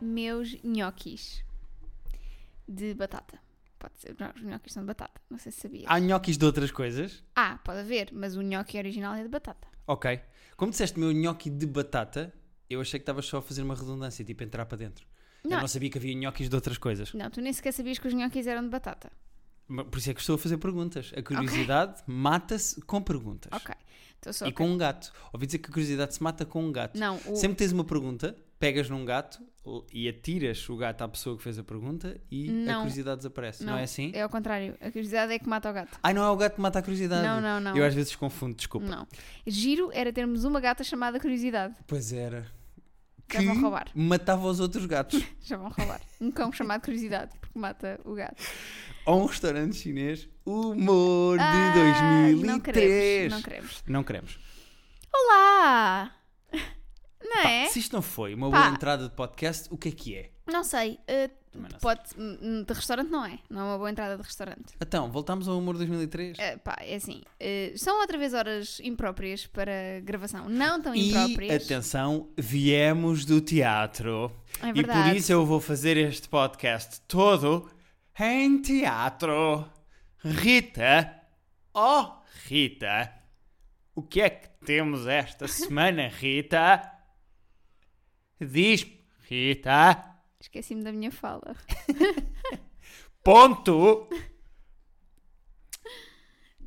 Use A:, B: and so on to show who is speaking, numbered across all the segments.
A: meus nhoquis de batata. Pode ser, não, os nhoquis são de batata, não sei se sabias.
B: Há nhoques de outras coisas?
A: Ah, pode haver, mas o nhoque original é de batata.
B: Ok. Como disseste meu nhoque de batata, eu achei que estavas só a fazer uma redundância, tipo entrar para dentro. Eu
A: Não.
B: não sabia que havia nhoques de outras coisas.
A: Não, tu nem sequer sabias que os nhoquis eram de batata.
B: Mas Por isso é que estou a fazer perguntas. A curiosidade mata-se com perguntas.
A: Ok. Então só.
B: E com um gato. Ouvi dizer que a curiosidade se mata com um gato.
A: Não, o-
B: Sempre tens uma pergunta, pegas num gato l- e atiras o gato à pessoa que fez a pergunta e a
A: Não.
B: curiosidade desaparece. Não, é assim?
A: É ao contrário. A curiosidade é que mata o gato.
B: Ai, não é o gato que mata a curiosidade.
A: Não, não, não. Hum.
B: Eu às vezes confundo, desculpa.
A: Não. Giro era termos uma gata chamada Curiosidade.
B: Pois era.
A: Já
B: Que
A: vão roubar.
B: matava os outros gatos.
A: Já vão roubar. Um cão chamado Curiosidade, porque mata o gato.
B: Ou um restaurante chinês, humor
A: Ah,
B: de 2003.
A: Não queremos. Não queremos.
B: Não queremos.
A: Olá! Não
B: Pá,
A: é?
B: Se isto não foi uma
A: Pá.
B: boa entrada de podcast, o que é que é?
A: Não sei. eh,
B: Também não sei.
A: pode, hum, de restaurante não é. Não é uma boa entrada de restaurante.
B: Então, voltamos ao humor 2003.
A: Eh, pá, é assim. eh, são outra vez horas impróprias para gravação. Não tão
B: E
A: impróprias.
B: atenção, viemos do teatro.
A: É
B: e
A: verdade.
B: por isso eu vou fazer este podcast todo em teatro. Rita, oh Rita, o que é que temos esta semana, Rita? Diz, Rita,
A: Esqueci-me da minha
B: É
A: fala.
B: ponto.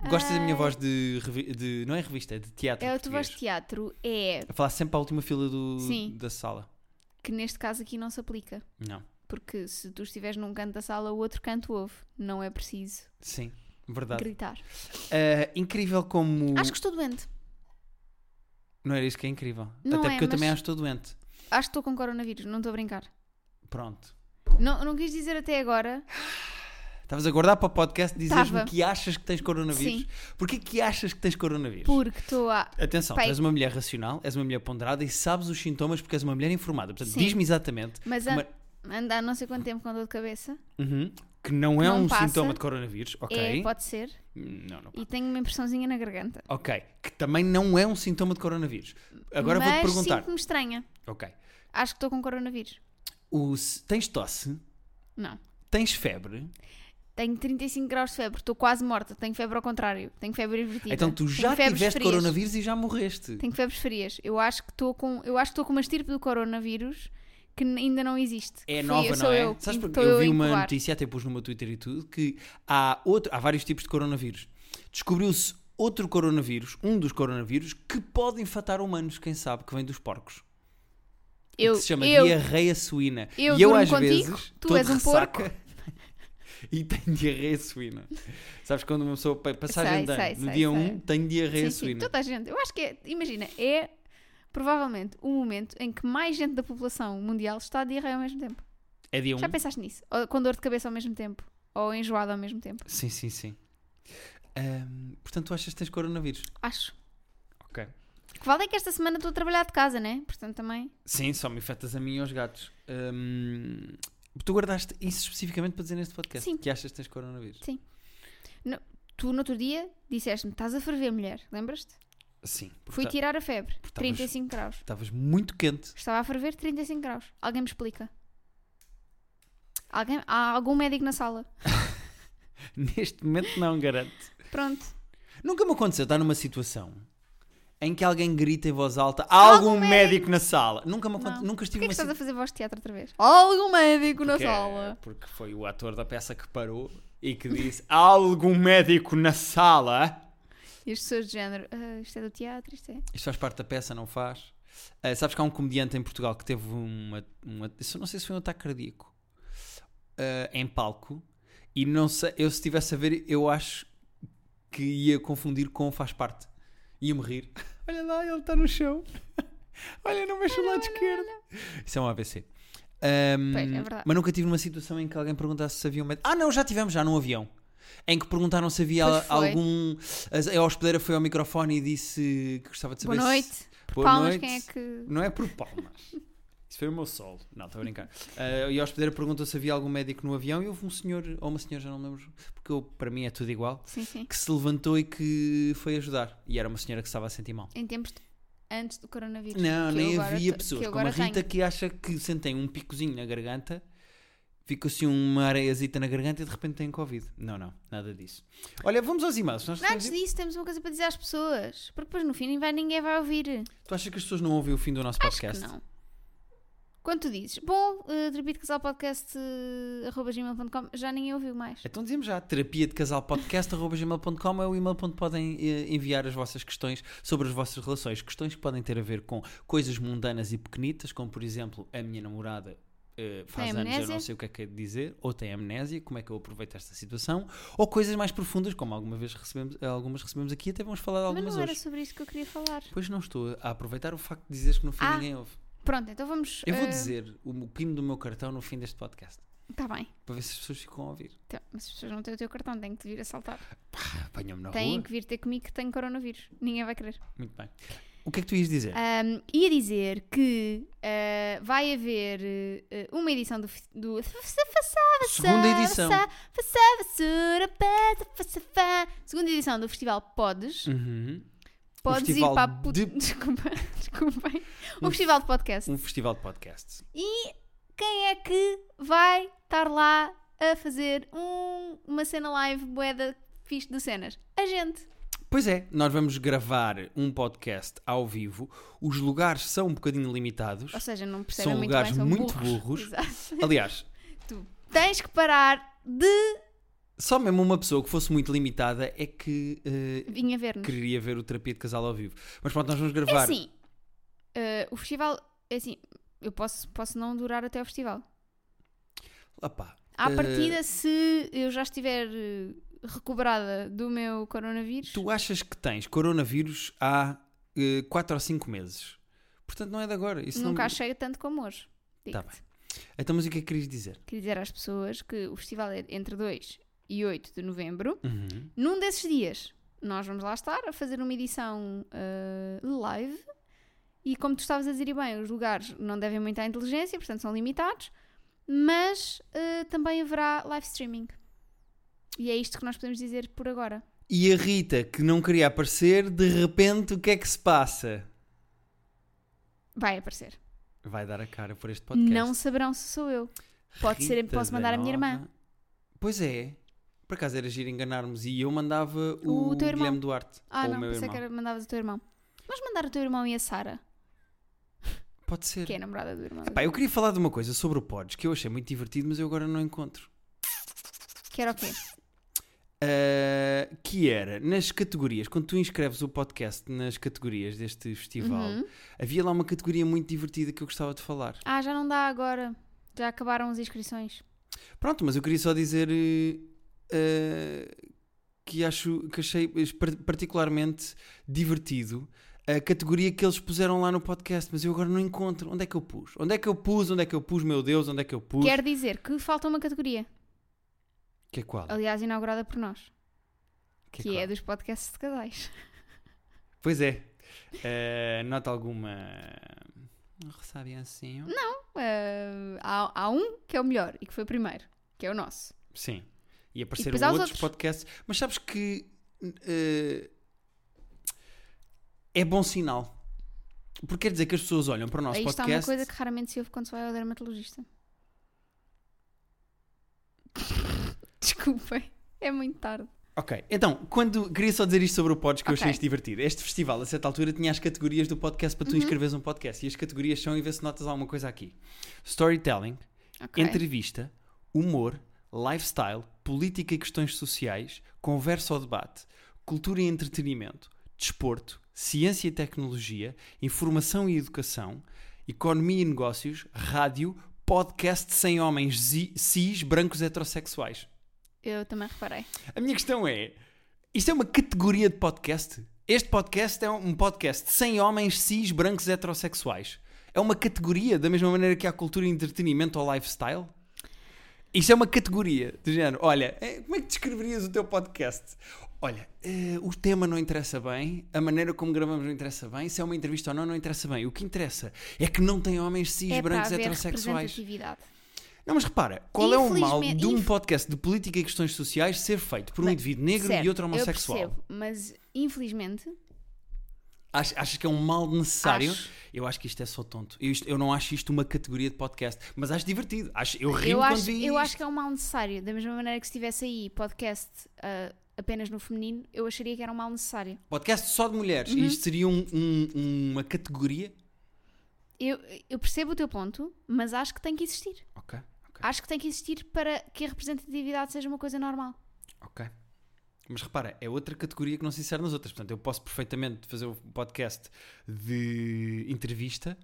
B: Gostas da minha voz de, revi- de- Não é revista, é de teatro.
A: É, tu
B: português.
A: vais de teatro é
B: A falar sempre para a última fila do,
A: Sim.
B: da sala.
A: que neste caso aqui não se aplica.
B: Não.
A: Porque se tu estiveres num canto da sala, o outro canto ouve. Não é preciso
B: Sim, verdade.
A: gritar.
B: Ah, incrível como.
A: Acho que estou doente.
B: Não era isso que é incrível.
A: Não
B: Até
A: é,
B: porque eu também
A: mas-
B: acho que estou doente.
A: Acho que estou com coronavírus, não estou a brincar.
B: Pronto.
A: Não, não quis dizer até agora.
B: Estavas a guardar para o podcast dizeres-me
A: Tava.
B: que achas que tens coronavírus.
A: Sim.
B: Porquê que achas que tens coronavírus?
A: Porque estou a.
B: Atenção,
A: Pai.
B: tu és uma mulher racional, és uma mulher ponderada e sabes os sintomas porque és uma mulher informada. Portanto,
A: Sim.
B: diz-me exatamente
A: Mas
B: Como é-
A: an... andar não sei quanto tempo com dor de cabeça.
B: Uhum. que não é
A: Não
B: um
A: passa.
B: sintoma de coronavírus, ok?
A: É, pode ser.
B: Não, não.
A: E tenho uma impressãozinha na garganta.
B: Ok, que também não é um sintoma de coronavírus. Agora
A: Mas
B: vou-te perguntar.
A: sinto-me estranha.
B: Ok.
A: Acho que estou com coronavírus.
B: O se- Tens tosse?
A: Não.
B: Tens febre?
A: Tenho 35 graus de febre, estou quase morta. Tenho febre ao contrário. Tenho febre invertida.
B: Então tu
A: Tenho
B: já
A: febres
B: tiveste
A: frias.
B: coronavírus e já morreste.
A: Tenho febres frias. Eu acho que estou com, eu acho que estou com uma estirpe do coronavírus que n- ainda não existe.
B: É
A: Fui-
B: nova,
A: sou
B: não é?
A: Eu,
B: Sabes porque
A: estou
B: eu
A: a
B: vi uma
A: incubar.
B: notícia, até pus no meu Twitter e tudo, que há, outro, há vários tipos de coronavírus. Descobriu-se outro coronavírus, um dos coronavírus, que pode infatar humanos, quem sabe, que vem dos porcos.
A: Eu,
B: que se chama
A: eu,
B: diarreia suína.
A: eu
B: e eu
A: durmo
B: às
A: contigo,
B: vezes
A: tu
B: tô de
A: és um porco.
B: ressaca e tenho diarreia suína. Sabes quando uma pessoa pa- passagem
A: Sei,
B: de ano,
A: sei,
B: no
A: sei,
B: dia
A: sei.
B: 1 tem diarreia
A: sim, sim,
B: suína.
A: toda a gente. Eu acho que é, imagina, é provavelmente o momento em que mais gente da população mundial está de diarreia ao mesmo tempo.
B: É dia 1?
A: Já pensaste nisso? Ou com dor de cabeça ao mesmo tempo? Ou enjoada ao mesmo tempo?
B: Sim, sim, sim. Ahm, portanto, tu achas que tens coronavírus?
A: Acho.
B: Ok.
A: O Que vale é que esta semana estou a trabalhar de casa, né? Portanto, também.
B: Sim, só me afetas a mim e aos gatos. Hum, tu guardaste isso especificamente para dizer neste podcast?
A: Sim.
B: Que achas que tens coronavírus?
A: Tu, no outro dia, disseste-me: estás a ferver, mulher. Lembras-te?
B: Sim.
A: Fui tirar a febre.
B: Tá. porque estavas-
A: 35 graus.
B: Estavas muito quente.
A: Estava a ferver 35 graus. Alguém me explica. Alguém, há algum médico na sala.
B: Neste momento não, garanto.
A: Pronto.
B: Tipo Nunca me aconteceu estar numa situação em que alguém grita em voz alta há algum,
A: Algum
B: médico, na sala. Nunca me
A: Não.
B: aconteceu. Nunca
A: Porquê
B: estive
A: é que estás
B: numa
A: a fazer voz de teatro outra vez? Algum médico na
B: Porque- é-
A: sala.
B: Porque foi o ator da peça que parou e que disse há algum médico na sala.
A: E as pessoas de género. "Ah, isto é do teatro, isto é.
B: Isto faz parte da peça, não faz? Ah, sabes que há um comediante em Portugal que teve uma. uma isso eu não sei se foi um ataque cardíaco ah, em palco. E não sei, eu se estivesse a ver, eu acho que ia confundir com faz parte. Ia-me rir. Olha lá, ele está no chão. Olha, não mexe o lado esquerdo. Isso é um AVC. Ahm,
A: Pois, é verdade.
B: mas nunca tive numa situação em que alguém perguntasse se havia um médico. Ah, não, já tivemos já num avião. Em que perguntaram se havia
A: Pois foi.
B: algum. um, A a hospedeira foi ao microfone e disse que gostava de saber
A: Boa
B: se-
A: noite.
B: Boa
A: Palmas,
B: noite.
A: quem é que.
B: Não é por palmas. Isso foi o meu solo. Não, estou a brincar. Ah, e a hospedeira perguntou se havia algum médico no avião e houve um senhor, ou uma senhora, já não me lembro, porque eu- para mim é tudo igual,
A: Sim, sim.
B: que se levantou e que foi ajudar. E era uma senhora que se estava a sentir mal.
A: Em tempos de. antes do coronavírus.
B: Não,
A: que eu
B: nem
A: agora
B: havia
A: te-
B: pessoas
A: que eu
B: como a
A: agora
B: Rita que acha que sentem um picozinho na garganta, fica assim uma areiazita na garganta e de repente têm Covid. Não, não, nada disso. Olha, vamos aos e-mails. Nós
A: Não, é
B: temos-
A: antes disso, temos uma coisa para dizer às pessoas. Porque depois no fim nem vai, ninguém vai ouvir.
B: Tu achas que as pessoas não ouvem o fim do nosso
A: Acho que
B: podcast?
A: não. Quando tu dizes, bom, uh, terapia de casal podcast eh, arroba gmail.com, já ninguém ouviu mais.
B: Então dizemos já, terapia de casal podcast.gmail.com é o e-mail onde podem eh, enviar as vossas questões sobre as vossas relações. Questões que podem ter a ver com coisas mundanas e pequenitas, como por exemplo, a minha namorada eh, faz
A: Tem
B: anos, eu
A: amnésia?
B: não sei o que é que é de dizer, ou tem amnésia, como é que eu aproveito esta situação, ou coisas mais profundas, como alguma vez recebemos, algumas recebemos aqui, até vamos falar de
A: Mas
B: algumas
A: não era
B: hoje.
A: sobre isso que eu queria falar.
B: Pois não estou a aproveitar o facto de dizeres que no fim
A: Ah,
B: ninguém ouve.
A: Pronto, então vamos.
B: Eu vou
A: eh,
B: dizer o, o pino do meu cartão no fim deste podcast,
A: Tá bem.
B: para ver se as pessoas ficam a ouvir.
A: Então, mas as pessoas não têm o teu cartão, têm que te vir assaltar.
B: Apanham-me na
A: Têm
B: rua.
A: que vir ter comigo que tenho coronavírus. Ninguém vai querer.
B: Muito bem. O que é que tu ias dizer?
A: Ahm, ia dizer que ah, vai haver eh, uma edição do. fi- do
B: Segunda edição.
A: Segunda edição do Festival Podes.
B: Uhum.
A: Podes ir
B: festival
A: para a puta.
B: de-
A: Desculpa, desculpem. Um
B: Um
A: festival de podcast.
B: Um festival de podcasts.
A: Quem é que vai estar lá a fazer um- uma cena live boeda fixe de cenas? A gente.
B: Pois é, nós vamos gravar um podcast ao vivo. Os lugares são um bocadinho limitados.
A: Ou seja, não percebem
B: São
A: muito
B: lugares
A: bem, são
B: muito burros.
A: Exato.
B: Aliás,
A: Tu tens que parar de
B: só mesmo uma pessoa que fosse muito limitada é que eh,
A: vir ver-nos.
B: quereria ver o terapia de casal ao vivo. Mas pronto, nós vamos
A: É
B: gravar.
A: assim, eh, o festival, é assim, eu posso, posso não durar até o festival.
B: Opá,
A: À
B: Eh,
A: partida, se eu já estiver eh, recuperada do meu coronavírus,
B: tu achas que tens coronavírus há 4 ou 5 meses? Portanto, não é de agora. Isso
A: nunca
B: não...
A: achei tanto como hoje.
B: Tá
A: Digo-te.
B: Então, mas o que é que querias dizer?
A: Queria dizer às pessoas que o festival é entre 2 e 8 de novembro.
B: Uhum.
A: Num desses dias, nós vamos lá estar a fazer uma edição eh, live. E como tu estavas a dizer, e bem, os lugares não devem muito à inteligência, portanto são limitados, mas eh, também haverá live streaming. E é isto que nós podemos dizer por agora.
B: E a Rita, que não queria aparecer, de repente o que é que se passa?
A: Vai aparecer.
B: Vai dar a cara por este podcast.
A: Não saberão se sou eu. Pode ser,
B: Rita
A: posso mandar
B: da
A: a minha irmã.
B: Nova. Pois é. Por acaso era giro enganarmos e eu mandava o,
A: O teu irmão.
B: Guilherme Duarte.
A: Ah,
B: ou
A: não,
B: o meu
A: pensei
B: irmão.
A: que era, mandavas o teu irmão. Vamos mandar o teu irmão e a Sara,
B: Pode ser.
A: que é a namorada do irmão.
B: Pá, eu queria falar de uma coisa sobre o Pods que eu achei muito divertido, mas eu agora não encontro.
A: Que era o quê?
B: Ah, que era nas categorias, quando tu inscreves o podcast nas categorias deste festival,
A: Uhum.
B: havia lá uma categoria muito divertida que eu gostava de falar.
A: Ah, já não dá agora. Já acabaram as inscrições.
B: Pronto, mas eu queria só dizer eh, eh, que acho que achei par- particularmente divertido a categoria que eles puseram lá no podcast, mas eu agora não encontro. Onde é que eu pus? Onde é que eu pus? Onde é que eu pus? Meu Deus, onde é que eu pus?
A: Quer dizer que falta uma categoria,
B: Que é qual?
A: aliás, inaugurada por nós,
B: Que
A: que é
B: qual?
A: dos podcasts de casais.
B: Pois é. Eh, nota alguma. Recebe assim? Não.
A: Ah, há, há um que é o melhor e que foi o primeiro, que é o nosso.
B: Sim. E
A: E
B: apareceram
A: depois há os
B: outros,
A: outros.
B: podcasts. Mas sabes que. eh, é bom sinal. Porque quer dizer que as pessoas olham para o nosso
A: Aí está uma
B: podcast.
A: coisa que raramente se ouve quando se vai ao dermatologista. Desculpem, é muito tarde.
B: Ok, então, quando queria só dizer isto sobre o Pods que eu
A: Ok.
B: achei isto divertido. Este festival, a certa altura, tinha as categorias do podcast
A: Uhum.
B: para tu inscreveres um podcast. E as categorias são, e vê se notas alguma coisa aqui: storytelling,
A: Ok.
B: entrevista, humor, lifestyle, política e questões sociais, conversa ou debate, cultura e entretenimento, desporto, ciência e tecnologia, informação e educação, economia e negócios, rádio, podcast sem homens zi- cis, brancos heterossexuais.
A: Eu também reparei.
B: A minha questão é: isto é uma categoria de podcast? Este podcast é um podcast sem homens cis, brancos heterossexuais. É uma categoria, da mesma maneira que há cultura e entretenimento ou lifestyle? Isto é uma categoria do género. Olha, eh, como é que descreverias o teu podcast? Olha, eh, o tema não interessa bem, a maneira como gravamos não interessa bem, se é uma entrevista ou não, não interessa bem. O que interessa é que não tem homens cis,
A: é para
B: brancos
A: haver
B: heterossexuais.
A: representatividade.
B: Não, mas repara, qual é o mal
A: Infelizmente-
B: de um
A: inf-
B: podcast de política e questões sociais ser feito por um
A: Bem,
B: indivíduo negro
A: Certo,
B: e outro
A: eu
B: homossexual?
A: percebo, mas infelizmente
B: Ach- Achas que é um mal necessário?
A: Acho.
B: Eu acho que isto é só tonto. Eu, isto- eu não acho isto uma categoria de podcast, mas acho divertido. Acho, eu rimo
A: eu
B: quando
A: acho,
B: vi
A: eu
B: isto.
A: acho que é um mal necessário. Da mesma maneira que se tivesse aí podcast ah, apenas no feminino, eu acharia que era um mal necessário.
B: Podcast só de mulheres.
A: Uhum.
B: Isto seria um- um- uma categoria?
A: Eu, eu percebo o teu ponto, mas acho que tem que existir.
B: Ok, ok,
A: Acho que tem que existir para que a representatividade seja uma coisa normal.
B: ok. Mas repara, é outra categoria que não se insere nas outras. Portanto, eu posso perfeitamente fazer um podcast de entrevista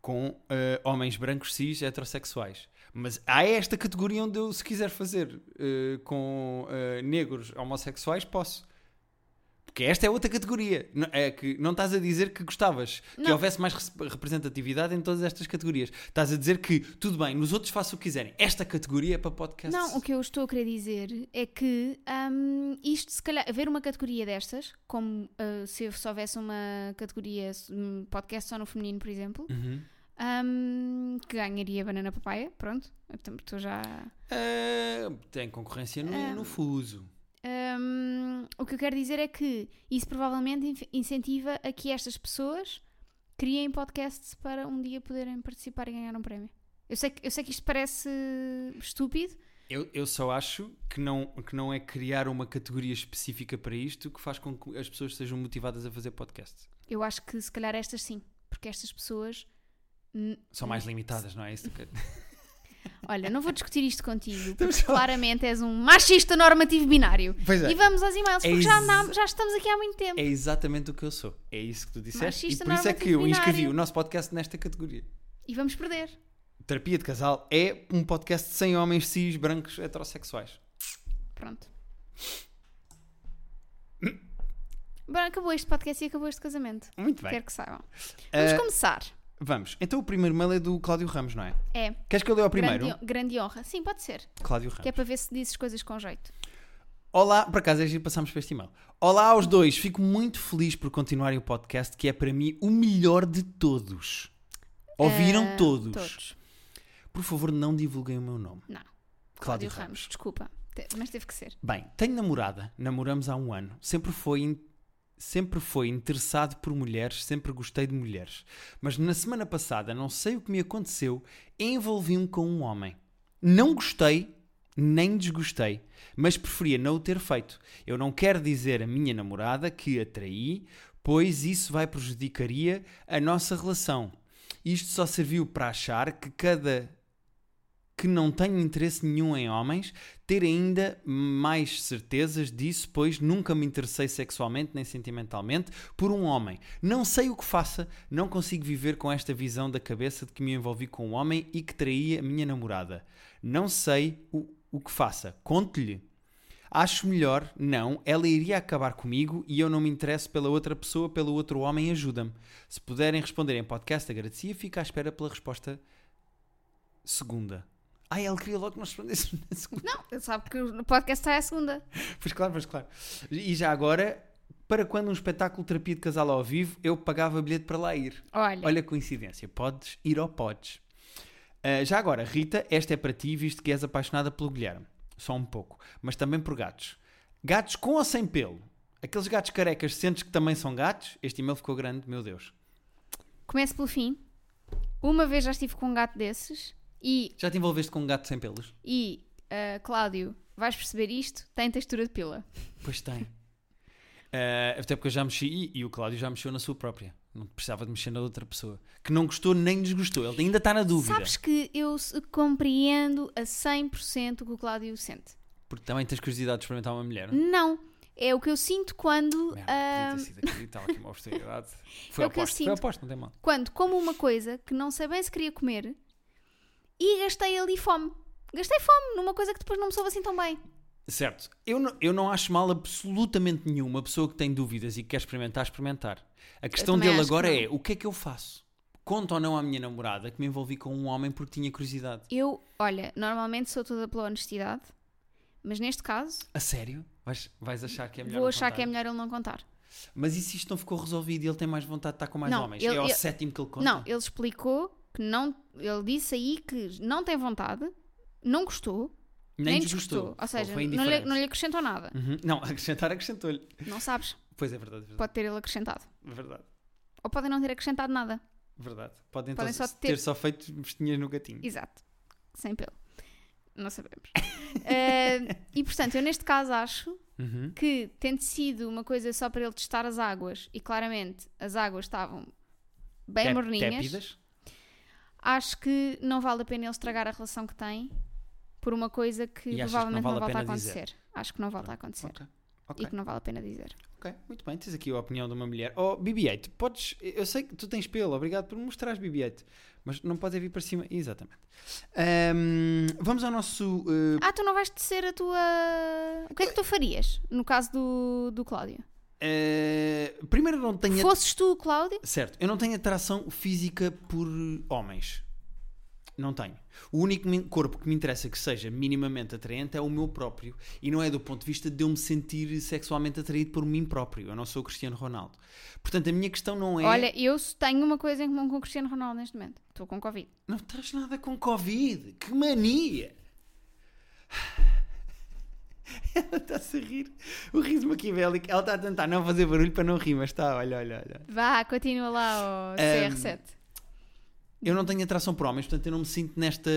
B: com eh, homens brancos cis heterossexuais. Mas há esta categoria onde eu, se quiser fazer eh, com eh, negros homossexuais, posso. Porque esta é outra categoria. Não, é que não estás a dizer que gostavas que
A: Não.
B: houvesse mais res- representatividade em todas estas categorias. Estás a dizer que, tudo bem, nos outros façam o que quiserem. Esta categoria é para podcasts.
A: Não, o que eu estou a querer dizer é que hum, isto, se calhar, haver uma categoria destas, como ah, se se houvesse uma categoria hum, podcast só no feminino, por exemplo,
B: Uhum.
A: hum, que ganharia banana papaya, pronto, então estou já.
B: Ah, tem concorrência no,
A: Ah.
B: no fuso.
A: Hum, o que eu quero dizer é que isso provavelmente inf- incentiva a que estas pessoas criem podcasts para um dia poderem participar e ganhar um prémio. Eu sei que, eu sei que isto parece estúpido.
B: Eu, eu só acho que não, que não é criar uma categoria específica para isto que faz com que as pessoas sejam motivadas a fazer podcast.
A: Eu acho que se calhar estas sim, porque estas pessoas. n-
B: São mais limitadas, não é isso? que-
A: Olha, não vou discutir isto contigo, porque claramente és um machista normativo binário.
B: Pois
A: E vamos aos e-mails,
B: É
A: porque já,
B: ex-
A: andam- já estamos aqui há muito tempo.
B: É exatamente o que eu sou. É isso que tu disseste.
A: Machista
B: e por isso é que eu
A: normativo
B: inscrevi
A: binário.
B: o nosso podcast nesta categoria.
A: E vamos perder.
B: Terapia de Casal é um podcast sem homens cis, brancos, heterossexuais.
A: Pronto. Bom, acabou este podcast e acabou este casamento.
B: Muito bem.
A: Quero que saibam. Vamos
B: Ah,
A: começar.
B: vamos. Então o primeiro mail é do Cláudio Ramos, não é?
A: É.
B: Queres que eu leia o primeiro?
A: Grande, hon- grande honra. Sim, pode ser.
B: Cláudio Ramos.
A: Que é para ver se dizes coisas com jeito.
B: Olá, por acaso é giro, passamos para este e-mail. Olá aos dois, fico muito feliz por continuarem o podcast, que é para mim o melhor de todos. Ouviram
A: Ah,
B: todos.
A: Todos.
B: Por favor, não divulguem o meu nome.
A: Não. Cláudio
B: Cláudio
A: Ramos.
B: Ramos.
A: Desculpa. Te- Mas teve que ser.
B: Bem, tenho namorada, namoramos há um ano. Sempre foi, in- sempre foi interessado por mulheres, sempre gostei de mulheres. Mas na semana passada, não sei o que me aconteceu, envolvi-me com um homem. Não gostei, nem desgostei, mas preferia não o ter feito. Eu não quero dizer a minha namorada que a traí, pois isso vai prejudicaria a nossa relação. Isto só serviu para achar que cada que não tenho interesse nenhum em homens, ter ainda mais certezas disso, pois nunca me interessei sexualmente nem sentimentalmente por um homem. Não sei o que faça, não consigo viver com esta visão da cabeça de que me envolvi com um homem e que traí a minha namorada. Não sei o, o que faça. Conte-lhe. Acho melhor, não, ela iria acabar comigo e eu não me interesso pela outra pessoa, pelo outro homem, ajuda-me. Se puderem responder em podcast, agradecia, fico à espera pela resposta segunda. Ah, ele queria logo que nós respondêssemos na segunda.
A: Não, ele sabe que o podcast sai à segunda.
B: Pois claro, pois claro. E já agora, para quando um espetáculo de terapia de casal ao vivo, eu pagava bilhete para lá ir.
A: Olha.
B: Olha a coincidência, podes ir ou podes. Ah, já agora, Rita, esta é para ti, visto que és apaixonada pelo Guilherme. Só um pouco. Mas também por gatos. Gatos com ou sem pelo? Aqueles gatos carecas, sentes que também são gatos? Este e-mail ficou grande, meu Deus.
A: Começo pelo fim. Uma vez já estive com um gato desses e,
B: Já te envolveste com um gato sem pelos?
A: e ah, Cláudio, vais perceber isto, tem textura de pila.
B: Pois tem. Ah, até porque eu já mexi e, e o Cláudio já mexeu na sua própria. Não precisava de mexer na outra pessoa. Que não gostou nem desgostou. Ele ainda está na dúvida.
A: Sabes que eu se- compreendo a 100% o que o Cláudio sente.
B: Porque também tens curiosidade de experimentar uma mulher.
A: Não, é o que eu sinto quando,
B: Merda,
A: ah,
B: podia ter sido aqui, estava aqui uma oportunidade. Foi
A: É
B: ao
A: o que eu
B: posto, foi ao
A: sinto.
B: posto, não tem mal.
A: quando como uma coisa que não sei bem se queria comer e gastei ali fome. Gastei fome numa coisa que depois não me soube assim tão bem.
B: Certo, eu não, eu não acho mal absolutamente nenhuma pessoa que tem dúvidas e que quer experimentar, experimentar. A questão
A: também
B: dele
A: acho que
B: agora
A: não.
B: é, o que é que eu faço? Conto ou não à minha namorada que me envolvi com um homem porque tinha curiosidade?
A: Eu, olha, normalmente sou toda pela honestidade, mas neste caso
B: A sério? Vais, vais achar que é melhor
A: vou
B: não
A: achar
B: contar?
A: que é melhor ele não contar.
B: Mas e se isto não ficou resolvido e ele tem mais vontade de estar com mais
A: Não,
B: homens?
A: ele-
B: é ao
A: ele-
B: sétimo que ele conta?
A: Não, ele explicou que não. Ele disse aí que não tem vontade, não gostou, nem, desgostou. Ou seja,
B: Foi
A: não lhe,
B: indiferente.
A: não lhe acrescentou nada.
B: Uhum. Não, acrescentar acrescentou-lhe.
A: Não sabes.
B: Pois é verdade, é verdade.
A: Pode ter ele acrescentado.
B: é verdade. é
A: Ou podem não ter acrescentado nada.
B: Verdade. Podem,
A: Podem
B: então
A: só
B: ter...
A: ter-
B: só feito vestinhas no gatinho.
A: Exato. Sem pelo. Não sabemos. Eh, e portanto, eu neste caso acho
B: Uhum.
A: que, tendo sido uma coisa só para ele testar as águas, e claramente as águas estavam bem
B: Té-
A: morninhas,
B: Tépidas.
A: acho que não vale a pena ele estragar a relação que tem por uma coisa que
B: E achas que não
A: provavelmente não,
B: vale a
A: volta a
B: pena dizer?
A: acontecer. Acho que não volta a acontecer.
B: Ok. Ok.
A: E que não vale a pena dizer.
B: Ok, muito bem, tens aqui a opinião de uma mulher. Oh, BB-8, podes. Eu sei que tu tens pelo, obrigado por me mostrares BB-8, mas não pode vir para cima. Exatamente. Ahm, vamos ao nosso. eh,
A: Ah, tu não vais tecer a tua. O que é que tu farias no caso do, do Cláudio?
B: eh, primeiro, eu não tenho. a-
A: Fosses tu o Cláudio?
B: Certo, eu não tenho atração física por homens. Não tenho. O único min- corpo que me interessa que seja minimamente atraente é o meu próprio. E não é do ponto de vista de eu me sentir sexualmente atraído por mim próprio. Eu não sou o Cristiano Ronaldo. Portanto, a minha questão não é.
A: Olha, eu só tenho uma coisa em comum com o Cristiano Ronaldo neste momento. Estou com Covid.
B: Não estás nada com Covid. Que mania! Ela está-se a rir. O riso maquiavélico. Ela está a tentar não fazer barulho para não rir, mas está, olha, olha, olha.
A: Vá, continua lá, o CR7.
B: Eu não tenho atração por homens, portanto eu não me sinto nesta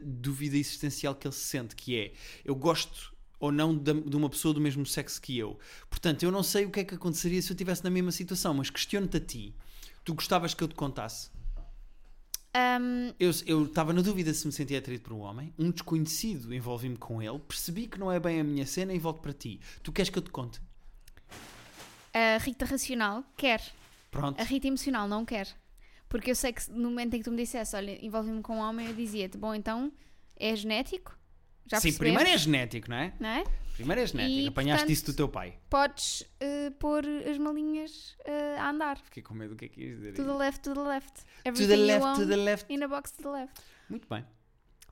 B: dúvida existencial que ele se sente, que é eu gosto ou não da- de uma pessoa do mesmo sexo que eu. Portanto, eu não sei o que é que aconteceria se eu estivesse na mesma situação, mas questiono-te a ti. Tu gostavas que eu te contasse?
A: Ahm,
B: Eu eu estava na dúvida se me sentia atraído por um homem, um desconhecido envolvi-me com ele, percebi que não é bem a minha cena e volto para ti. Tu queres que eu te conte?
A: a Rita Racional quer.
B: Pronto.
A: A Rita Emocional não quer. Porque eu sei que se- no momento em que tu me dissesse, olha, envolvi-me com um homem, eu dizia-te, bom, então é genético? Já
B: Sim,
A: percebemos,
B: primeiro é genético, não é?
A: Não é?
B: Primeiro é genético.
A: E,
B: Apanhaste
A: portanto,
B: isso do teu pai.
A: Podes eh, pôr as malinhas eh, a andar.
B: Fiquei com medo do que é que ias dizer.
A: To the left, to the left.
B: To the
A: Everything you
B: left, to
A: own
B: the left.
A: In a box to the left.
B: Muito bem.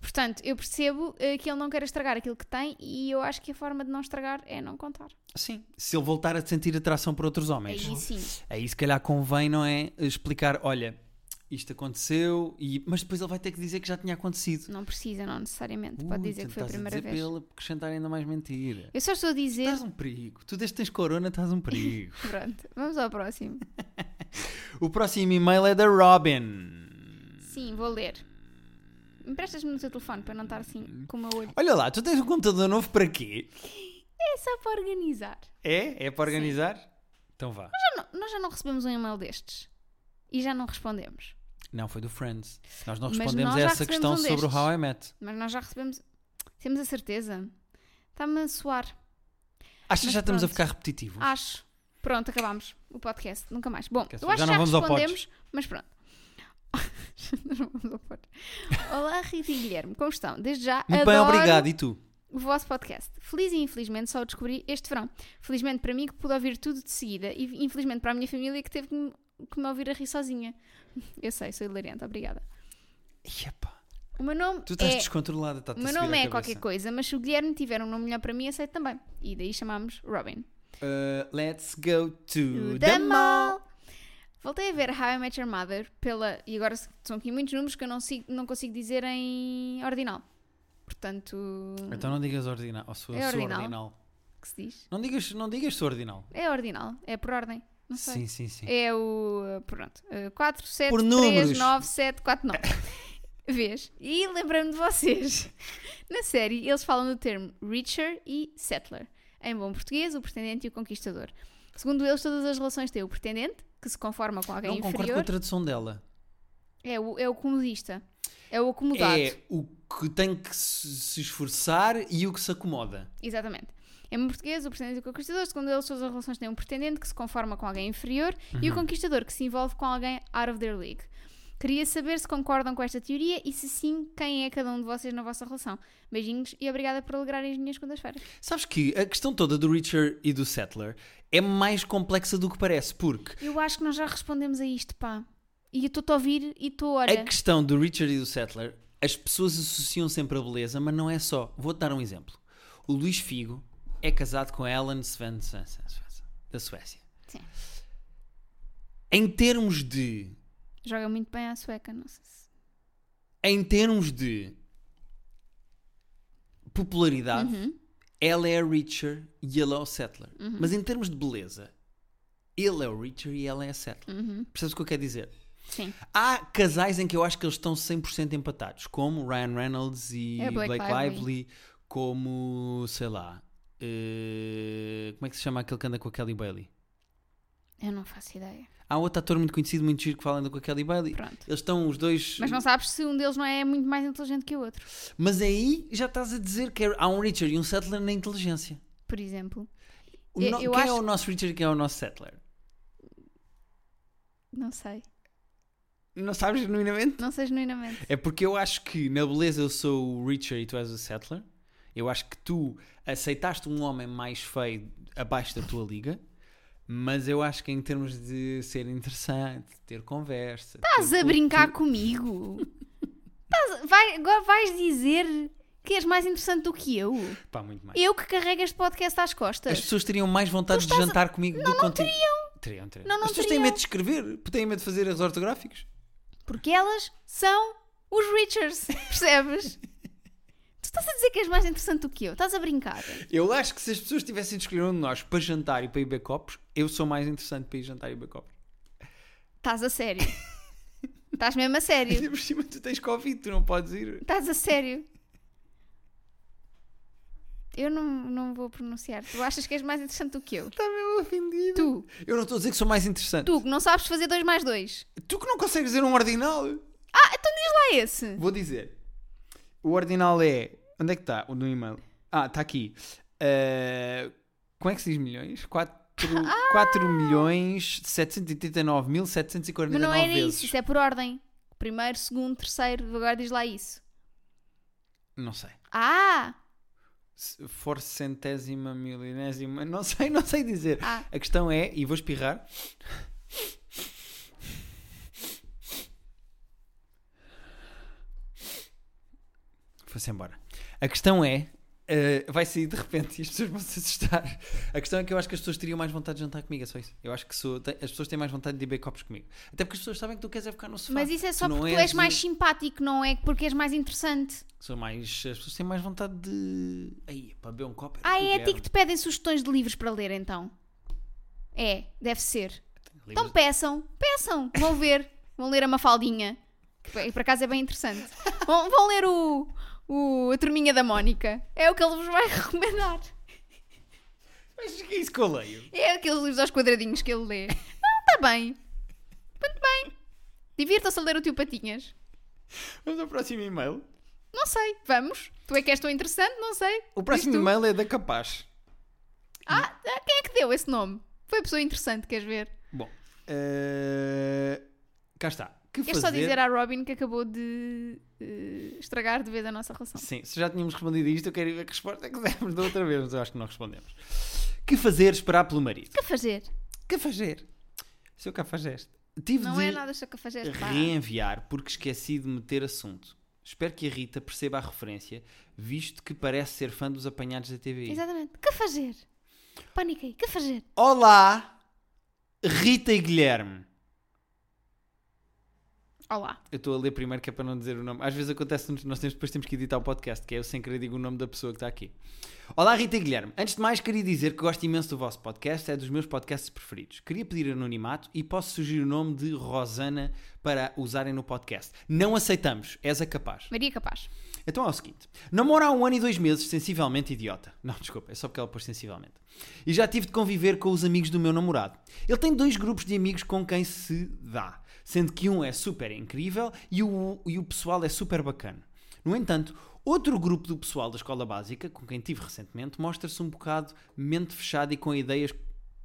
A: Portanto, eu percebo eh, que ele não quer estragar aquilo que tem e eu acho que a forma de não estragar é não contar.
B: Sim. Se ele voltar a sentir atração por outros
A: Aí
B: homens.
A: sim.
B: Aí se calhar convém, não é? Explicar, olha, isto aconteceu, e... mas depois ele vai ter que dizer que já tinha acontecido.
A: Não precisa, não necessariamente. Pode
B: Ui,
A: dizer
B: tu
A: que foi a
B: estás
A: primeira
B: dizer
A: vez.
B: Para ele acrescentar ainda mais mentira.
A: Eu só estou a dizer.
B: Estás um perigo. Tu desde que tens corona, estás um perigo.
A: Pronto, vamos ao próximo.
B: O próximo e-mail é da Robin.
A: Sim, vou ler. Emprestas-me no teu telefone para não estar assim com o meu olho.
B: Olha lá, tu tens um computador novo para quê?
A: É só para organizar.
B: É? É para organizar? Então vá.
A: Já não- nós já não recebemos um e-mail destes. E já não respondemos.
B: Não, foi do Friends. Nós não
A: Mas
B: respondemos
A: nós
B: a
A: já
B: essa
A: recebemos
B: questão
A: um
B: sobre o
A: destes.
B: How I Met.
A: Mas nós já recebemos. Temos a certeza. Está-me a soar.
B: Achas que
A: Mas
B: já estamos a
A: pronto.
B: ficar repetitivos?
A: Acho. Pronto, acabámos o podcast. Nunca mais. Bom,
B: Quer
A: eu
B: saber?
A: acho
B: Já
A: que
B: não
A: já
B: vamos ao
A: respondemos, mas pronto. não vamos ao potes. Olá, Rita e Guilherme. Como estão? Desde já,
B: Muito bem,
A: adoro
B: obrigado. E tu?
A: o vosso podcast. Feliz e infelizmente só o descobri este verão. Felizmente para mim que pude ouvir tudo de seguida e infelizmente para a minha família que teve que me, que me ouvir a rir sozinha. Eu sei, sou hilariante. Obrigada.
B: Epá,
A: O meu nome
B: tu estás
A: é...
B: descontrolada, está
A: O meu nome é qualquer coisa, mas se o Guilherme tiver um nome melhor para mim, aceito também. E daí chamámos Robin.
B: Uh, let's go to
A: O
B: the
A: da
B: mall.
A: Mall. Voltei a ver How I Met Your Mother pela. E agora são aqui muitos números que eu não, sigo- não consigo dizer em ordinal. Portanto.
B: Então não digas ordinal. Ou sou,
A: É
B: sou
A: ordinal.
B: ordinal.
A: O que se diz?
B: Não digas, não digas sou ordinal.
A: É ordinal. É por ordem. Não sei.
B: Sim, sim, sim.
A: É o. Pronto. eh, 4, 7,
B: Por
A: 3,
B: números.
A: 9, 7, 4, 9. Vês? E lembrei-me de vocês. Na série, eles falam do termo Reacher e Settler. Em bom português, o pretendente e o conquistador. Segundo eles, todas as relações têm o pretendente, que se conforma com alguém
B: não concordo com
A: inferior.
B: a tradução dela.
A: É o, é o comodista. É o acomodado.
B: É o que tem que se se esforçar e o que se acomoda.
A: Exatamente. Em bom português, o pretendente e o conquistador, segundo eles, todas as relações têm um pretendente que se conforma com alguém inferior e o conquistador que se envolve com alguém out of their league. Queria saber se concordam com esta teoria e se sim, quem é cada um de vocês na vossa relação. Beijinhos e obrigada por alegrarem as minhas segundas-feiras.
B: Sabes que a questão toda do Richard e do Settler é mais complexa do que parece, porque
A: Eu acho que nós já respondemos a isto, pá. E eu estou-te a ouvir e estou,
B: a
A: olha.
B: questão do Richard e do Settler, as pessoas associam sempre a beleza, mas não é só. Vou-te dar um exemplo. O Luís Figo é casado com a Ellen Svensson, Svensson, da Suécia.
A: Sim.
B: Em termos de
A: Joga muito bem à sueca, não sei se.
B: em termos de
A: Uhum.
B: popularidade, ela é a Richer e ele é o Settler. Mas em termos de beleza, Ele é o Richard e ela é a Seth.
A: Uhum.
B: Percebes o que eu quero dizer?
A: Sim.
B: Há casais em que eu acho que eles estão 100% empatados, como Ryan Reynolds e
A: É,
B: Blake,
A: Blake
B: Lively.
A: Lively.
B: como, sei lá, eh, como é que se chama aquele que anda com a Kelly Bailey?
A: Eu não faço ideia.
B: Há um outro ator muito conhecido, muito giro, que fala anda com a Kelly Bailey.
A: Pronto.
B: Eles estão os dois.
A: Mas não sabes se um deles não é muito mais inteligente que o outro.
B: Mas aí já estás a dizer que é- há um Richard e um Settler na inteligência.
A: Por exemplo.
B: O
A: Eu-
B: no-
A: eu
B: Quem é
A: acho-
B: o nosso Richard e quem é o nosso Settler?
A: Não sei.
B: Não sabes genuinamente?
A: Não sei genuinamente.
B: É porque eu acho que na beleza eu sou o Richard e tu és o Settler. Eu acho que tu aceitaste um homem mais feio abaixo da tua liga, mas eu acho que em termos de ser interessante, ter conversa.
A: Estás a brincar comigo? Estás- vai- agora vais dizer que és mais interessante do que eu?
B: Pá, muito mais.
A: Eu que carrego este podcast às costas.
B: As pessoas teriam mais vontade de jantar comigo do que contigo. Teriam, teriam.
A: Não, não
B: As pessoas têm
A: teriam.
B: medo de escrever, têm medo de fazer erros ortográficos.
A: Porque elas são os Richards, percebes? tu estás a dizer que és mais interessante do que eu, estás a brincar.
B: Eu acho que se as pessoas tivessem de escolher um de nós para jantar e para ir beber copos, eu sou mais interessante para ir jantar e beber copos.
A: Estás a sério. Estás mesmo a sério.
B: Ainda por cima tu tens Covid, tu não podes ir.
A: Estás a sério. Eu não, não vou pronunciar. Tu achas que és mais interessante do que eu?
B: Está mesmo ofendido.
A: Tu,
B: Eu não estou a dizer que sou mais interessante. Tu,
A: tu que não sabes fazer dois mais dois.
B: que não consegues dizer um ordinal.
A: Ah, então diz lá esse.
B: Vou dizer. O ordinal é. Onde é que está? O do e-mail. Ah, está aqui. Eh, como é que se diz milhões? 4,
A: Ah!
B: milhões 739.749
A: Mas não era
B: vezes.
A: isso, isso é por ordem. Primeiro, segundo, terceiro, agora diz lá isso. é
B: Não sei.
A: Ah!
B: Se for centésima, milionésima. Não sei, não sei dizer.
A: Ah.
B: A questão é, e vou espirrar. Foi-se embora. A questão é. eh, vai sair de repente e as pessoas vão se assustar. A questão é que eu acho que as pessoas teriam mais vontade de jantar comigo, é só isso. Eu acho que sou- te- as pessoas têm mais vontade de beber copos comigo. Até porque as pessoas sabem que tu queres é ficar no sofá.
A: Mas isso é só
B: não
A: porque tu és
B: o-
A: mais simpático, não é porque és mais interessante.
B: Sou mais. As pessoas têm mais vontade de. Aí, para beber um copo. era
A: Ah,
B: com
A: é
B: o
A: a ti que
B: Guilherme.
A: te pedem sugestões de livros para ler, então. É, deve ser.
B: Livros-
A: Então peçam, peçam. Vão ver. Vão ler a Mafaldinha. Que por- por acaso é bem interessante. Vão, vão ler o, o- A Turminha da Mónica. É o que ele vos vai recomendar.
B: Mas o que é isso que eu leio?
A: É aqueles livros aos quadradinhos que ele lê. Não, está bem. Muito bem. Divirtam-se a ler o Tio Patinhas.
B: Vamos ao próximo e-mail.
A: Não sei, vamos. Tu é que és tão interessante, não sei.
B: O próximo
A: Diz tu.
B: e-mail é da Capaz.
A: Ah, ah, quem é que deu esse nome? Foi a pessoa interessante, queres ver?
B: Bom, eh, cá está. Que
A: Queres só
B: fazer?
A: dizer à Robin que acabou de eh, estragar de vez a nossa relação.
B: Sim, se já tínhamos respondido a isto, eu quero ir ver que resposta é que demos da outra vez, mas eu acho que não respondemos. Que fazer esperar pelo marido?
A: Que fazer?
B: Que fazer? Seu cafajeste. Tive
A: Não
B: de
A: é nada chacafajeste, pá.
B: reenviar porque esqueci de meter assunto. Espero que a Rita perceba a referência, visto que parece ser fã dos apanhados da TVI.
A: Exatamente. Que fazer? Paniquei. Que fazer?
B: Olá, Rita e Guilherme.
A: Olá.
B: Eu estou a ler primeiro que é para não dizer o nome. Às vezes acontece, nós temos, depois temos que editar o podcast, que é eu sem querer digo o nome da pessoa que está aqui. Olá Rita e Guilherme. Antes de mais, queria dizer que gosto imenso do vosso podcast, é dos meus podcasts preferidos. Queria pedir anonimato e posso sugerir o nome de Rosana para usarem no podcast. Não aceitamos, és a capaz.
A: Maria Capaz.
B: Então é o seguinte: namoro há um ano e dois meses, sensivelmente idiota. Não, desculpa, é só porque ela pôs sensivelmente. E já tive de conviver com os amigos do meu namorado. Ele tem dois grupos de amigos com quem se dá, sendo que um é super incrível e o, e o pessoal é super bacana. No entanto, outro grupo do pessoal da escola básica, com quem tive recentemente, mostra-se um bocado mente fechada e com ideias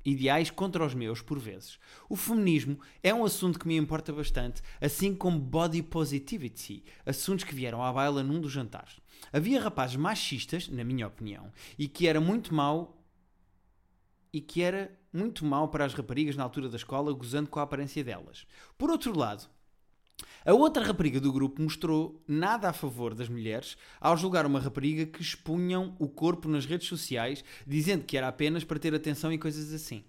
B: ideais contra os meus, por vezes. O feminismo é um assunto que me importa bastante, assim como body positivity, assuntos que vieram à baila num dos jantares. Havia rapazes machistas, na minha opinião, e que era muito mau e que era muito mau para as raparigas na altura da escola, gozando com a aparência delas. Por outro lado, a outra rapariga do grupo mostrou nada a favor das mulheres ao julgar uma rapariga que expunham o corpo nas redes sociais, dizendo que era apenas para ter atenção e coisas assim.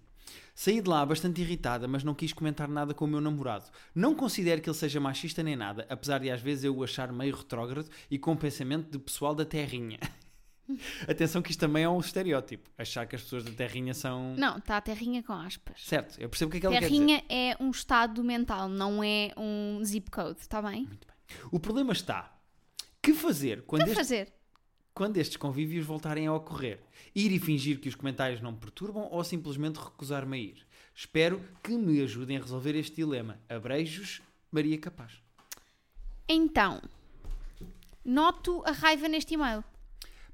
B: Saí de lá bastante irritada, mas não quis comentar nada com o meu namorado. Não considero que ele seja machista nem nada, apesar de às vezes eu o achar meio retrógrado e com pensamento de pessoal da terrinha. Atenção que isto também é um estereótipo. Achar que as pessoas da Terrinha são...
A: Não, está a terrinha com aspas.
B: Certo, eu percebo o que é que ele quer dizer.
A: Terrinha é um estado mental, não é um zip code, está bem?
B: O problema está... Que fazer quando
A: Para
B: este
A: Então, fazer.
B: quando estes convívios voltarem a ocorrer? Ir e fingir que os comentários não me perturbam ou simplesmente recusar-me a ir? Espero que me ajudem a resolver este dilema. Abreijos, Maria Capaz.
A: Então, noto a raiva neste e-mail.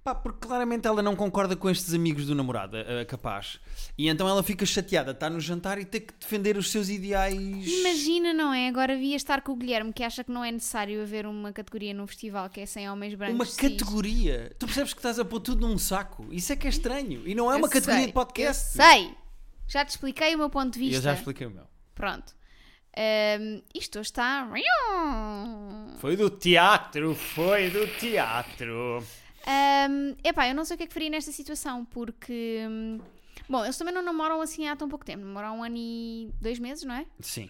B: Pá, porque claramente ela não concorda com estes amigos do namorado, a- a Capaz. E então ela fica chateada, está no jantar e tem que defender os seus ideais.
A: Imagina, não é? Agora via estar com o Guilherme, que acha que não é necessário haver uma categoria num festival que é sem homens brancos.
B: Uma
A: cis.
B: categoria. Tu percebes que estás a pôr tudo num saco. Isso é que é estranho. E não é
A: Eu
B: uma categoria
A: sei,
B: de podcast.
A: Eu sei! Já te expliquei o meu ponto de
B: E
A: vista.
B: eu já expliquei o meu.
A: Pronto. Ahm, isto hoje está. Ahm,
B: Foi do teatro, foi do teatro.
A: epá, eu não sei o que é que faria nesta situação, porque. hum, Bom, eles também não namoram assim há tão pouco tempo. Namoram um ano e dois meses, não é?
B: Sim.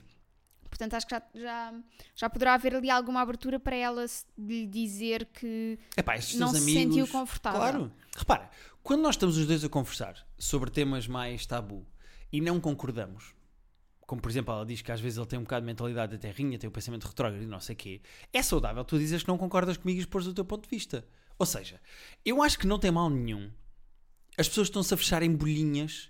A: Portanto, acho que já, já, já poderá haver ali alguma abertura para ela se- lhe dizer que.
B: Epá, estes
A: Não
B: teus
A: se
B: amigos,
A: sentiu confortável.
B: Claro. Repara, quando nós estamos os dois a conversar sobre temas mais tabu e não concordamos, como por exemplo ela diz que às vezes ele tem um bocado de mentalidade da terrinha, tem o pensamento retrógrado e não sei o quê, é saudável tu dizes que não concordas comigo e expores o teu ponto de vista. Ou seja, eu acho que não tem mal nenhum as pessoas estão-se a fechar em bolhinhas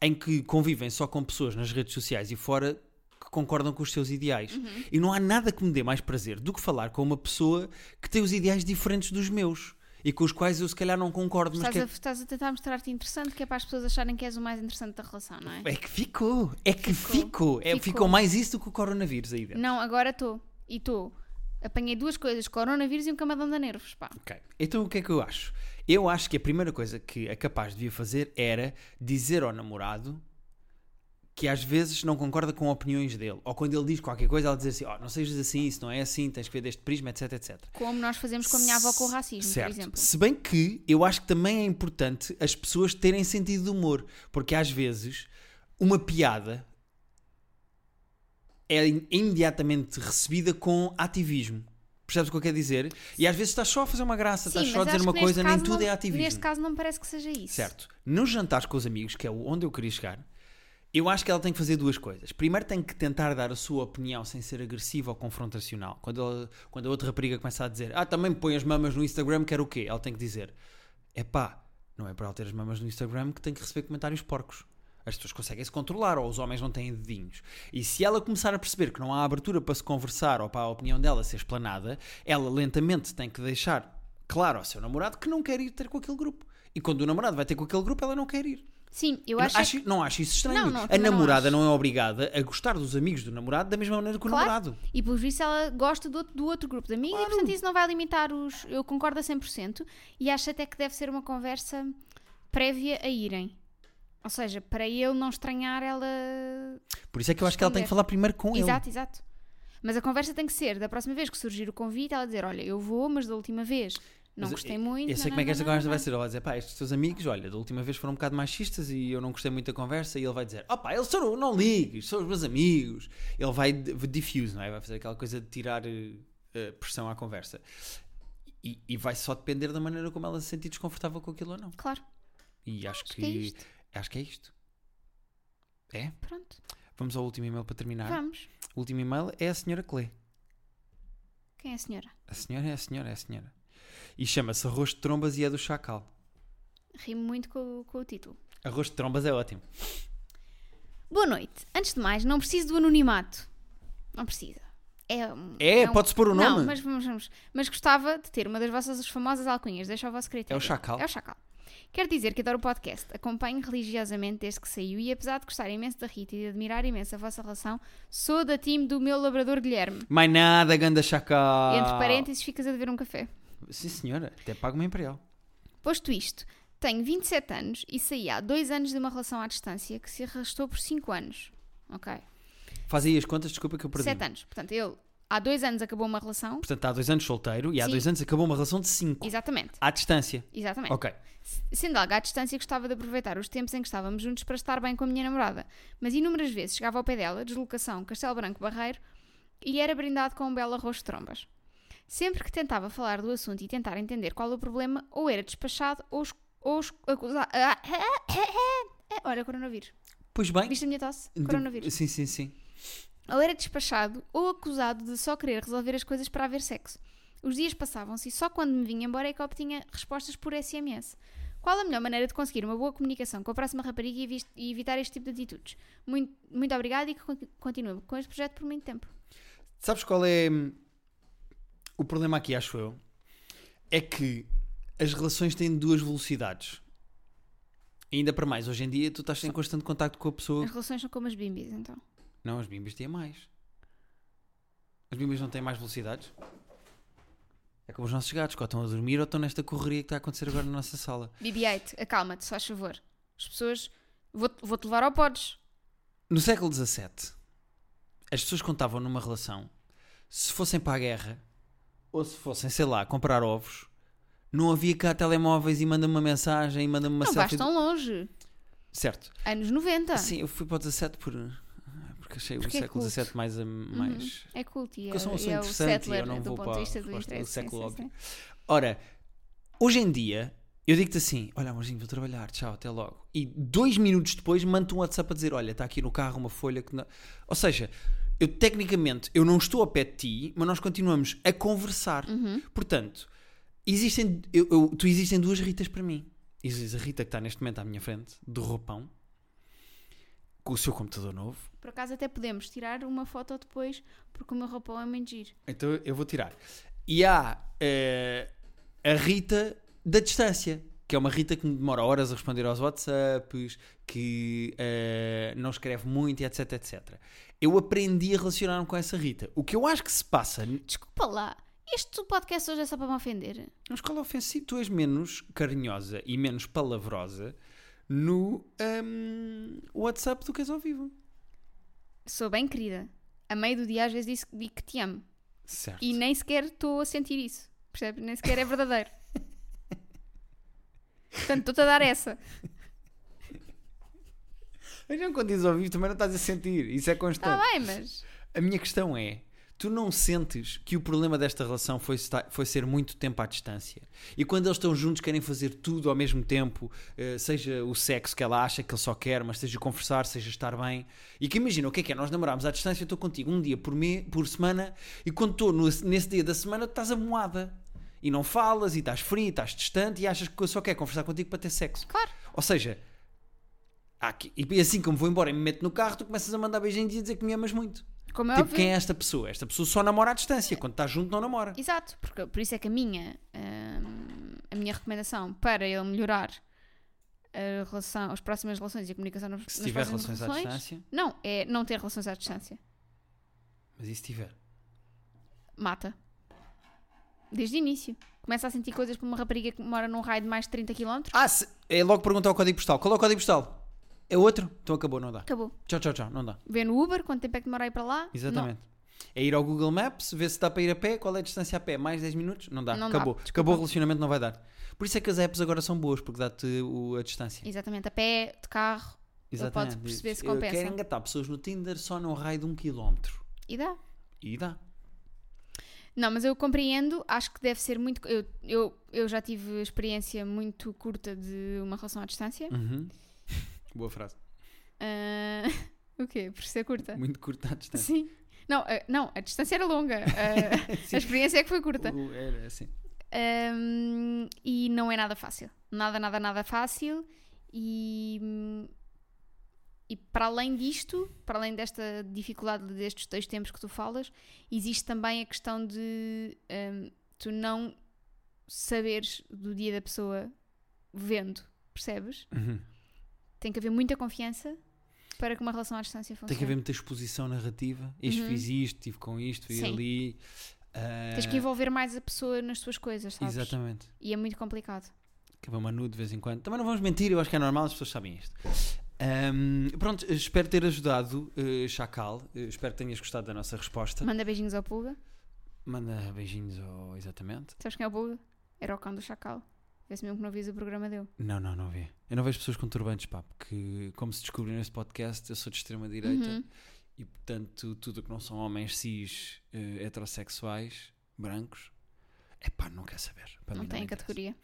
B: em que convivem só com pessoas nas redes sociais e fora que concordam com os seus ideais.
A: Uhum.
B: E não há nada que me dê mais prazer do que falar com uma pessoa que tem os ideais diferentes dos meus e com os quais eu se calhar não concordo, mas
A: Estás,
B: que
A: a,
B: é,
A: estás a tentar mostrar-te interessante, que é para as pessoas acharem que és o mais interessante da relação, não é?
B: é que ficou, é que
A: Ficou.
B: ficou, é,
A: Ficou.
B: ficou. mais isso do que o coronavírus aí dentro.
A: Não, agora estou. E estou. Apanhei duas coisas: coronavírus e um camadão de nervos. Pá.
B: Ok. Então o que é que eu acho? Eu acho que a primeira coisa que a capaz devia fazer era dizer ao namorado que às vezes não concorda com opiniões dele. Ou quando ele diz qualquer coisa, ela dizer assim: ó, não sejas assim, isso não é assim, tens que ver deste prisma, etc, etc.
A: Como nós fazemos com a minha avó com o racismo,
B: Certo.
A: por exemplo.
B: Se bem que eu acho que também é importante as pessoas terem sentido de humor, porque às vezes uma piada é im- imediatamente recebida com ativismo. Percebes o que eu quero dizer? E às vezes estás só a fazer uma graça, estás só a
A: mas
B: dizer
A: acho
B: uma
A: que neste
B: coisa, nem
A: caso
B: tudo
A: não-
B: é ativismo.
A: Neste caso, não me parece que seja isso.
B: Certo. Nos jantares com os amigos, que é o- onde eu queria chegar, eu acho que ela tem que fazer duas coisas. Primeiro, tem que tentar dar a sua opinião sem ser agressiva ou confrontacional. Quando, ela- quando a outra rapariga começa a dizer, ah, também põe as mamas no Instagram, quer o quê? Ela tem que dizer, epá, não é para ela ter as mamas no Instagram que tem que receber comentários porcos. As pessoas conseguem se controlar, ou os homens não têm dedinhos. E se ela começar a perceber que não há abertura para se conversar ou para a opinião dela ser explanada, ela lentamente tem que deixar claro ao seu namorado que não quer ir ter com aquele grupo. E quando o namorado vai ter com aquele grupo, ela não quer ir.
A: Sim, eu
B: Eu
A: acho. é
B: acho- Não acho isso estranho.
A: Não, não,
B: a
A: também não
B: namorada
A: acho.
B: não, é obrigada a gostar dos amigos do namorado da mesma maneira que o
A: Claro.
B: namorado.
A: E por isso ela gosta do outro, do outro grupo de amigos e portanto isso não vai limitar os. Eu concordo a 100% e acho até que deve ser uma conversa prévia a irem. Ou seja, para ele não estranhar ela.
B: Por isso é que eu acho que ela tem que falar primeiro com
A: Exato, exato. Mas a conversa tem que ser da próxima vez que surgir o convite, ela dizer: Olha, eu vou, mas da última vez não
B: Mas eu-
A: gostei muito.
B: Eu sei como é que esta
A: nananana."
B: conversa vai ser. Ele vai dizer, pá, estes teus amigos, olha, da última vez foram um bocado machistas e eu não gostei muito da conversa. E ele vai dizer, opá, eles são, não ligues, são os meus amigos. Ele vai d- diffuse, não é? Vai fazer aquela coisa de tirar eh, eh, pressão à conversa. E, e vai só depender da maneira como ela se sentir desconfortável com aquilo ou não.
A: Claro,
B: E acho
A: acho que é
B: que.
A: isto.
B: Acho que é isto. É?
A: Pronto,
B: Vamos ao último e-mail para terminar.
A: vamos.
B: O último e-mail é a senhora Clé.
A: Quem é a senhora?
B: A senhora é a senhora, é a senhora. E chama-se Arroz de Trombas e é do Chacal.
A: Rimo muito com, o- com o título.
B: Arroz de Trombas é ótimo.
A: Boa noite. Antes de mais, não preciso do anonimato. Não precisa. É, um-
B: É,
A: um-
B: pode-se pôr o nome.
A: Não, mas vamos, vamos. Mas gostava de ter uma das vossas famosas alcunhas. Deixa ao vosso critério.
B: É o chacal.
A: É o chacal. Quero dizer que adoro o podcast. Acompanho religiosamente desde que saiu e apesar de gostar imenso da Rita e de admirar imenso a vossa relação, sou da time do meu labrador Guilherme.
B: Mais nada, ganda Chacal.
A: Entre parênteses, ficas a dever um café.
B: Sim, senhora. Até pago uma imperial.
A: Posto isto, tenho 27 anos e saí há dois anos de uma relação à distância que se arrastou por 5 anos. Ok.
B: Faz aí as contas, desculpa que eu perdi.
A: Sete anos. Portanto, ele há dois anos acabou uma relação.
B: Portanto, há dois anos solteiro e há
A: Sim.
B: dois anos acabou uma relação de cinco.
A: Exatamente.
B: À distância.
A: Exatamente.
B: Ok.
A: Sendo algo à distância, gostava de aproveitar os tempos em que estávamos juntos para estar bem com a minha namorada. Mas inúmeras vezes chegava ao pé dela, deslocação Castelo Branco Barreiro, e era brindado com um belo arroz de trombas. Sempre que tentava falar do assunto e tentar entender qual o problema, ou era despachado ou, os- ou os- acusado. Ah, ah, ah, ah, ah. Olha, coronavírus.
B: Pois bem.
A: Viste a minha tosse?
B: de-
A: é Coronavírus.
B: Sim, sim, sim.
A: Ou era despachado ou acusado de só querer resolver as coisas para haver sexo. Os dias passavam-se e só quando me vinha embora é que obtinha respostas por SMS. Qual a melhor maneira de conseguir uma boa comunicação com a próxima rapariga e evi- e evitar este tipo de atitudes? Muito, muito obrigada e que con- continue com este projeto por muito tempo.
B: Sabes qual é hum, o problema aqui, acho eu? É que as relações têm duas velocidades. E ainda para mais, hoje em dia tu estás em constante contacto com a pessoa.
A: As relações são como as bimbis, então.
B: Não, as bimbas têm mais. As bimbas não têm mais velocidades. É como os nossos gatos, que ou estão a dormir ou estão nesta correria que está a acontecer agora na nossa sala.
A: BB-8, acalma-te, só a favor. As pessoas. Vou-te vou-te levar ao podes.
B: No século XVII, as pessoas contavam numa relação, se fossem para a guerra, ou se fossem, sei lá, comprar ovos, não havia cá telemóveis e manda-me uma mensagem e manda-me uma
A: não um- Tá. vais
B: selfie.
A: tão longe.
B: Certo.
A: Anos 90.
B: Sim, eu fui para o XVII por... porque achei
A: Porque é
B: o século
A: culto.
B: XVII mais... a- mais...
A: É culto e é,
B: Porque eu sou um assunto
A: e é o
B: interessante e eu
A: settler
B: não
A: do
B: vou
A: ponto
B: para
A: de
B: a
A: vista do
B: resposta do
A: interesse. sim,
B: século
A: sim, sim.
B: Ora, hoje em dia, eu digo-te assim: olha, amorzinho, vou trabalhar, tchau, até logo. E dois minutos depois mando um WhatsApp a dizer: olha, está aqui no carro uma folha que. Não... Ou seja, eu tecnicamente eu não estou a pé de ti, mas nós continuamos a conversar.
A: Uhum.
B: Portanto, existem, eu, eu- tu existem duas Ritas para mim. Existe a Rita que está neste momento à minha frente, de roupão, com o seu computador novo.
A: Por acaso até podemos tirar uma foto depois, porque o meu roupão é muito giro.
B: Então eu vou tirar. E há eh, a Rita da distância, que é uma Rita que me demora horas a responder aos WhatsApps, que eh, não escreve muito, e etc, etc. Eu aprendi a relacionar-me com essa Rita. O que eu acho que se passa.
A: Desculpa lá, este podcast hoje é só para me ofender.
B: Na escola ofensiva, tu és menos carinhosa e menos palavrosa no ehm, WhatsApp do que és ao vivo.
A: Sou bem querida. A meio do dia às vezes disse- digo que te amo.
B: Certo.
A: E nem sequer estou a sentir isso. Percebe? Nem sequer é verdadeiro. Portanto, estou-te a dar essa.
B: Mas não Então, quando dizes ao vivo também não estás a sentir. Isso é constante.
A: Está Tá bem, mas.
B: A minha questão é: tu não sentes que o problema desta relação foi, esta- foi ser muito tempo à distância? E quando eles estão juntos, querem fazer tudo ao mesmo tempo, eh, seja o sexo que ela acha que ele só quer, mas seja conversar, seja estar bem. E que imagina, o que é que é? Nós namorámos à distância, eu estou contigo um dia por, me, por semana, e quando estou no- nesse dia da semana, tu estás amoada. E não falas, e estás frio, e estás distante, e achas que eu só quero conversar contigo para ter sexo.
A: Claro.
B: Ou seja, há aqui- e assim como vou embora e me meto no carro, tu começas a mandar beijinhos e a dizer que me amas muito.
A: Como é
B: Tipo,
A: óbvio.
B: quem é esta pessoa? Esta pessoa só namora à distância. Quando está junto, não namora.
A: Exato, porque por isso é que a minha, hum, a minha recomendação para ele melhorar a relação, as próximas relações e a comunicação nas,
B: Se
A: nas
B: tiver
A: próximas
B: relações à distância.
A: Não, é não ter relações à distância.
B: Mas e se tiver?
A: Mata. Desde o início. Começa a sentir coisas para uma rapariga que mora num raio de mais de 30 km.
B: Ah, se- é logo perguntar o código postal. Qual é o código postal? É outro? Então acabou, não dá.
A: Acabou.
B: Tchau, tchau, tchau, não dá.
A: Vê no Uber quanto tempo é que demora a ir para lá.
B: Exatamente. É ir ao Google Maps, ver se dá para ir a pé, qual é a distância a pé? Mais 10 minutos? Não dá,
A: Não dá,
B: acabou.
A: desculpa.
B: acabou o relacionamento, não vai dar. Por isso é que as apps agora são boas, porque dá-te o- a
A: Não.
B: distância.
A: Exatamente. A pé, de carro.
B: Exatamente.
A: pode perceber se
B: Eu
A: compensa.
B: Quero engatar pessoas no Tinder só num raio de um quilómetro.
A: E dá.
B: E dá.
A: Não, mas eu compreendo, acho que deve ser muito. Eu, eu, eu já tive experiência muito curta de uma relação à distância.
B: Uhum. Boa frase.
A: Ah, o quê? Por ser curta?
B: Muito curta a distância.
A: Sim. Não, ah, não, a distância era longa. ah,
B: Sim.
A: a experiência é que foi curta.
B: O- Era assim.
A: Um, e não é nada fácil. Nada, nada, nada fácil. E, e para além disto, para além desta dificuldade destes dois tempos que tu falas, existe também a questão de um, tu não saberes do dia da pessoa vendo, percebes?
B: Uhum.
A: Tem que haver muita confiança para que uma relação à distância funcione.
B: Tem que haver muita exposição narrativa. Este
A: Uhum.
B: fiz isto, estive com isto, e
A: Sim.
B: ali. Ah,
A: Tens que envolver mais a pessoa nas tuas coisas, sabes?
B: Exatamente.
A: E é muito complicado.
B: Acaba Manu de vez em quando. Também não vamos mentir, eu acho que é normal, as pessoas sabem isto. Ahm, pronto, espero ter ajudado, eh, Chacal. Eh, espero que tenhas gostado da nossa resposta.
A: Manda beijinhos ao Pulga.
B: Manda beijinhos ao. Exatamente.
A: Sabes quem é o Buga? Era o cão do Chacal. Vê-se mesmo que não vias o programa dele.
B: Não, não, não vi. Eu não vejo pessoas com turbantes, pá, porque, como se descobriu neste podcast, eu sou de extrema-direita
A: Uhum.
B: e, portanto, tudo o que não são homens cis eh, heterossexuais, brancos, Epá, não quer saber. Para
A: Não
B: mim
A: tem
B: me interessa.
A: categoria.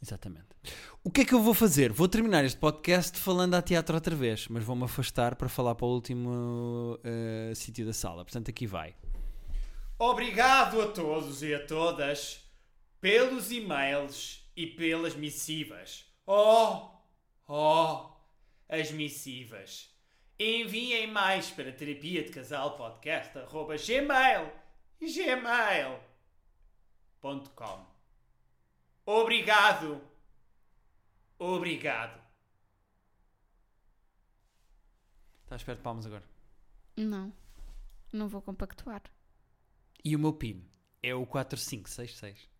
B: Exatamente. O que é que eu vou fazer? Vou terminar este podcast falando a teatro outra vez, mas vou-me afastar para falar para o último eh, sítio da sala. Portanto, aqui vai.
C: Obrigado a todos e a todas pelos e-mails e pelas missivas. Oh, oh, as missivas. Enviem mais para terapia de casal podcast arroba gmail gmail.com. Obrigado. Obrigado.
B: Estás perto de palmas agora.
A: Não. Não vou compactuar.
B: E o meu PIN é o 4566.